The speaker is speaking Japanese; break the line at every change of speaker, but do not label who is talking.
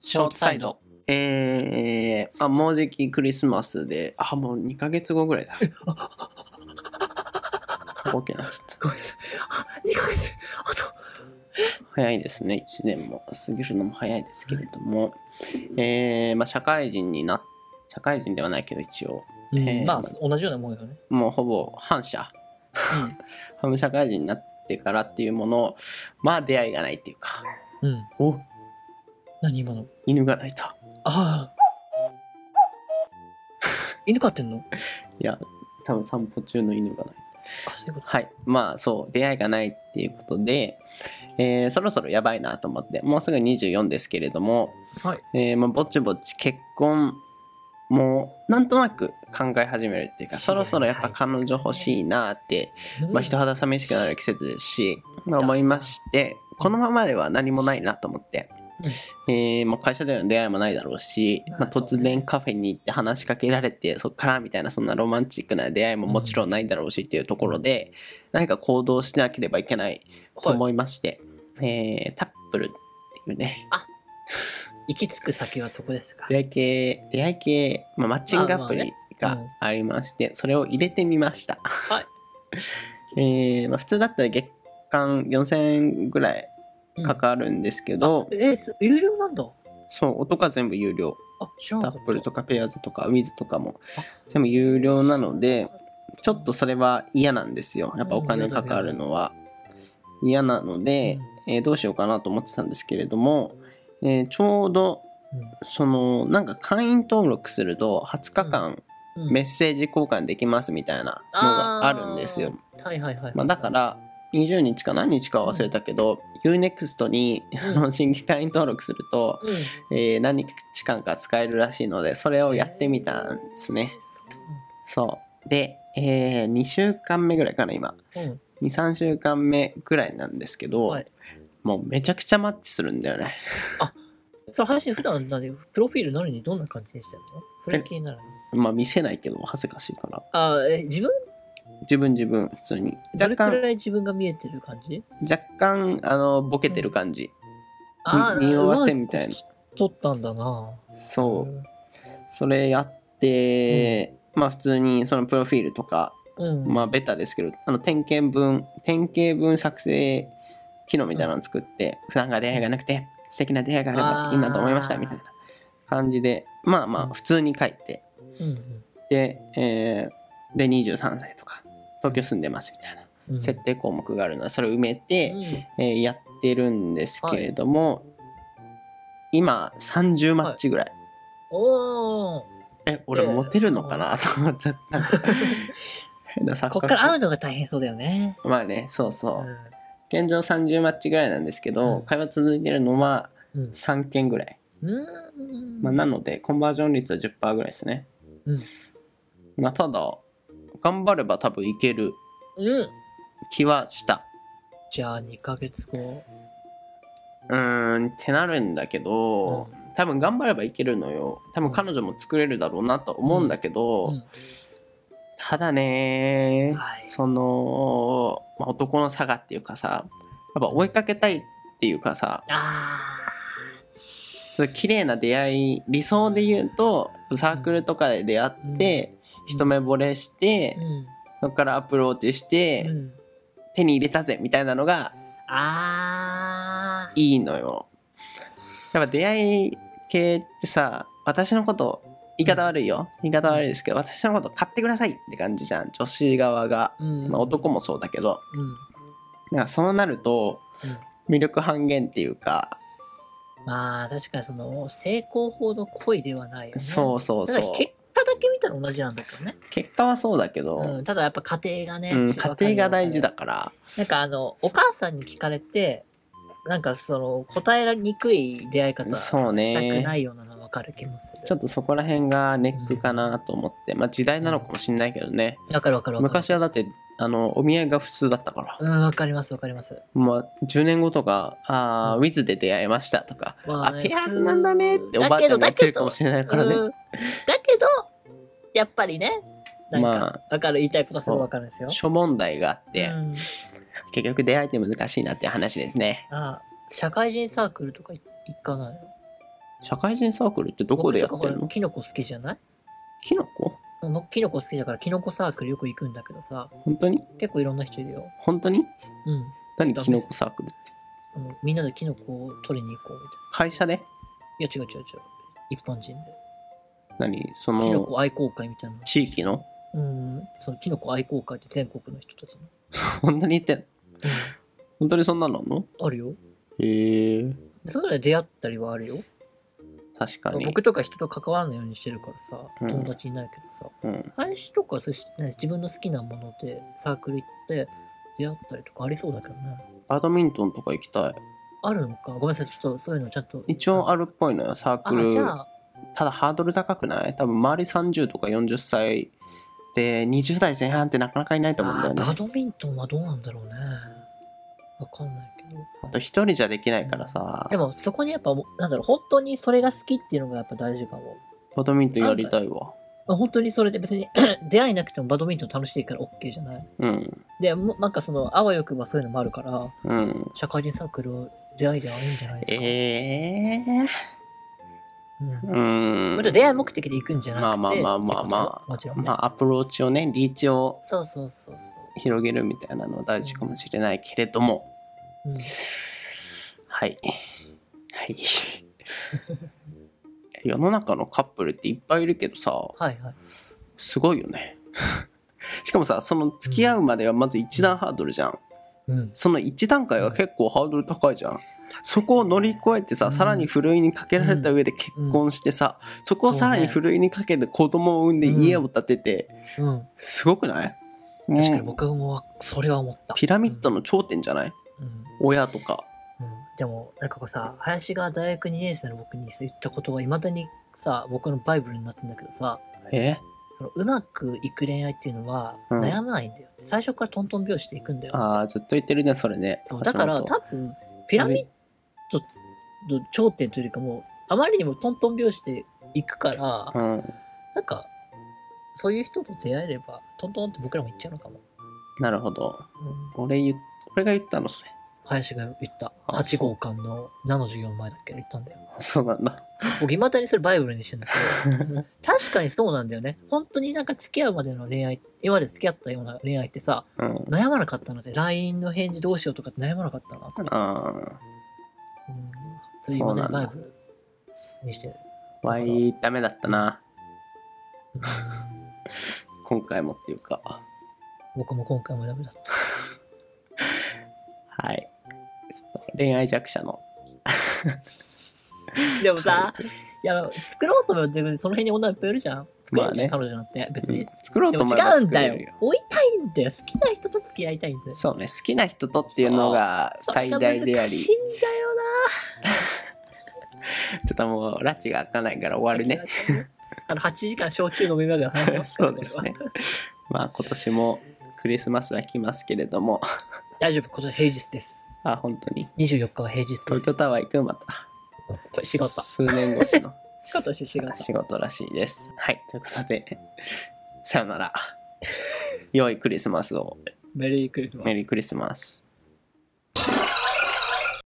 ショートサイド。
えー、あ、もうじきクリスマスで、あ、もう2ヶ月後ぐらいだ。ボケなっちゃった。
ごめんなさい。あ、2ヶ月。あと、
早いですね。1年も過ぎるのも早いですけれども、えー、まあ社会人にな、社会人ではないけど一応、
うん
えー
まあ
ま
同じようなもんよね。
もうほぼ反社、 反社会人になってからっていうもの、まあ出会いがないっていうか、
うん。うん、
お、
何今の。
犬が鳴いた。
ああ。犬飼っ てんの
いや、多分散歩中の犬が鳴いた。
あそういうこと。
はい。まあそう、出会いがないっていうことで、えーそろそろやばいなと思って、もうすぐ24ですけれども、
はい
えーまあ、ぼちぼち結婚もなんとなく考え始めるっていうか、
そ
そ
うだね
ろそろやっぱ彼女欲しいなって、まあ、人肌寂しくなる季節ですし、まあ、思いまして、このままでは何もないなと思って、えーもう会社での出会いもないだろうし、まあ、突然カフェに行って話しかけられてそっからみたいなそんなロマンチックな出会いももちろんないだろうしっていうところで何か行動しなければいけないと
は
思いまして、えータップルっていうね
い行き着く先はそこですか。
出会い系出会い系、まあ、マッチングアプリ
まあまあ
が
ね
ありまして、それを入れてみました、
はい
えーまあ、普通だったら月間4000円ぐらいか
っ
かるんですけど、
えー、す有料なんだ。あ、
そう音が全部有料
知らな
タ
かった。
ップルとかペアーズとかウィズとかも全部有料なのでちょっとそれは嫌なんですよやっぱお金かかるのは嫌なので、えーどうしようかなと思ってたんですけれども、えーちょうど
うん
そのなんか会員登録すると20日間
うん
メッセージ交換できますみたいなのがあるんですよ、
はいはいはい。
まあ、だから20日か何日かは忘れたけど、UNEXT にあの新規会員登録すると、
うん、うん。
えー何日間か使えるらしいのでそれをやってみたんですねそうで、え2週間目ぐらいかな今
うん。
23週間目ぐらいなんですけど、
はい
もうめちゃくちゃマッチするんだよね
その話、普段なんで、プロフィール何にどんな感じにしてるのそれ気になる。
まあ見せないけど恥ずかしいから
あーえ、自分
自分自分普通に
ど
若
れく
干
らい自分が見えてる感じ
若干あのボケてる感じ、
あー
に匂わせみたいな
うまこと取ったんだな。
そうそれやって、まあ普通にそのプロフィールとか
うん。うん。
まあベタですけど、あの点検文、点検文作成機能みたいなのを作って、普段が出会いがなくて、素敵な出会いがあればいいなと思いました
あー
みたいな感じで、まあま
う
あ
ん
普通に書いて、
うん
で、えーで23歳とか、東京住んでますみたいな
うん。
設定項目があるので、それを埋め
う
て、
ん
えーやってるんですけれども、今30マッチぐらい。
おー
え、俺モテるのかな、と思っちゃった。変な錯覚
こっから会うのが大変そうだよね。
まあね、そうそう。
う
現状30マッチぐらいなんですけど、
うん
会話続いてるのは
ん。うん
3件ぐらい、
うん。
まあ、なのでコンバージョン率は10%ぐらいですね、
うん
まあ、ただ頑張れば多分いける
うん。
気はした
じゃあ、2ヶ月後。
うーんってなるんだけど、多分頑張ればいけるのよ多分彼女も作れるだろうなと思うんだけど、
うん
ただね、
はい
その、まあ男の差がっていうかさやっぱ追いかけたいっていうかさ、
あ
そう綺麗な出会い理想で言うとサークルとかで出会って、一目惚れして
ー。、うん。
そこからアプローチして、
うん。
手に入れたぜみたいなのが
あ
いいのよやっぱ出会い系ってさ私のこと言い方悪いよ言い方悪いですけど私のこと買ってくださいって感じじゃん女子側が、
ー。うん。
まあ、男もそうだけど
うん。
なんかそうなると
うん
魅力半減っていうか
まあ、確かにその、成功法の恋ではないよね。
そうそう
た
そ
だ
う
結果だけ見たら同じなんだけどね。
結果はそうだけど、
うん、ただやっぱ家庭がね、
うん、家庭が大事だから
なんかあの、お母さんに聞かれて、なんかその、答えにくい出会い方した
そう
く
ね
ないようなの分かる気もする。
ちょっとそこら辺がネックかなと思って、まあ時代なのかもしんないけどね。
わかるわかるわかる。
昔はだって、あの、お見合いが普通だったから。
うん、わかりますわかります。
まあ10年後とか、ああ、
う
ウィズで出会いましたとか、
ま
あ、
ね
ペアーズなんだねっておばあちゃんが言ってるかもしれないからね。
うんだけど、やっぱりね、なんか、
ま
わかる、言いたいことはすごいわかるんですよ。
諸問題があって、
うん
結局出会いって難しいなっていう話ですね。
あ社会人サークルとか行かないの
社会人サークルってどこでやってる
僕とかほら
の
キノコ好きじゃない
キノコ
僕キノコ好きだからキノコサークルよく行くんだけどさ、
本当に
結構いろんな人いるよ。
本当に
うん。
何
ダメです
キノコサークルって。
あのみんなでキノコを取りに行こうみ
会社で
たいな。いや違う違う違う。一般人で。
何そ
キノ
の
コ愛好会みたいな。
地域の
うん。そのキノコ愛好会って全国の人とその。
本当に言ってんの本当にそんなのあんの
あるよ。
へえ。
それで出会ったりはあるよ。
確かに。
僕とか人と関わらないようにしてるからさ、
うん
友達いないけどさ。
うん。
配信とかそうしね自分の好きなものでサークル行って出会ったりとかありそうだけどね。
バドミントンとか行きたい。
あるのかごめんなさい、ちょっとそういうのちゃんと。
一応あるっぽいのよ、サー
あ、
クル。
じゃあ、
ただハードル高くない多分周り30とか40歳で20代前半ってなかなかいないと思うんだよね
あーバドミントンはどうなんだろうね。わかんないけど。
あと一人じゃできないからさ
でもそこにやっぱ、なんだろう、本当にそれが好きっていうのがやっぱ大事かも。
バドミントンやりたいわ
あ本当にそれで別に 出会いなくてもバドミントン楽しいから OK じゃない。
うん
で、もうなんかその、あわよくばそういうのもあるから、
うん
社会人サークル出会いであるんじゃないですか。
ええ
うん
うん
もちろん出会い目的で行くんじゃなくて。
まあまあまあまあまあ
ってことよもちろんね。
まあアプローチをねリーチを
そうそうそうそ
広げるみたいなのは大事かもしれないけれども
う。うん、
はいはい 世の中のカップルっていっぱいいるけどさ、
はいはい。
すごいよね。 しかもさ、その付き合うまではまず一段ハードルじゃん。
うん。
その一段階は結構ハードル高いじゃん。そこを乗り越えてさ、さらにふるいにかけられた上で結婚してさ、そこをさらにふるいにかけて子供を産んで
うん
家を建てて、
うん。
すごくない
確かに
もう
僕もそれは思った。
ピラミッドの頂点じゃない
うん。うん。
親とか。
でも、なんかこうさ、林が大学2年生の僕に言ったことはいまだにさ、僕のバイブルになってんだけどさ、
え
そのうまくいく恋愛っていうのは
うん
悩まないんだよ。最初からトントン拍子でいくんだよ。
ああ、ずっと言ってるね、それね。
そうだから
橋本
多分、ピラミッドの頂点というよりかもう、あまりにもトントン拍子でいくから、
うん。
なんか、そういう人と出会えれば、トントンって僕らも行っちゃうのかも。
なるほど。
うん、
俺言っ、俺が言ったの、それ。
林が言った。
あ
8号館の7の授業の前だっけ言った んだよ。
そうなんだ。
僕、未だにそれバイブルにしてんだ けど、確かにそうなんだよね。本当になんか付き合うまでの恋愛、今まで付き合ったような恋愛ってさ、
うん。
悩まなかったので、LINE の返事どうしようとかって悩まなかったなって。
ああ。
うん。それ未だにバイブルにしてる。
わい、ダメだったな。
うん
今回もっていうか。
僕も今回もダメだった。
はい。ちょっと恋愛弱者の。
でもさ、いや、作ろうと思って、その辺に女いっぱいいるじゃん。作れるじゃん、
ま
彼女なんて。別に。
作ろう
で
と
も
思
違
えば
うん
作
だ
れ
よ
るよ。。
追いたいんだよ。好きな人と付き合いたいんだよ。
そうね、好きな人とっていうのが最大であり、ちょ
それが難しいんだよ
っともう、拉致が開かないから
な。
終わるね。。
あの、8時間焼酎飲みながら話しますから
そうですね。まあ、今年もクリスマスは来ますけれども、
大丈夫、今年平日です。
あ、本当に。
24日は平日です。
東京タワー行くまた。
これ仕事。
数年越しの
今年仕事。
仕事らしいです。はい、ということで、さよな ら。良いクリスマスを。
メリークリスマス。
メリークリスマス。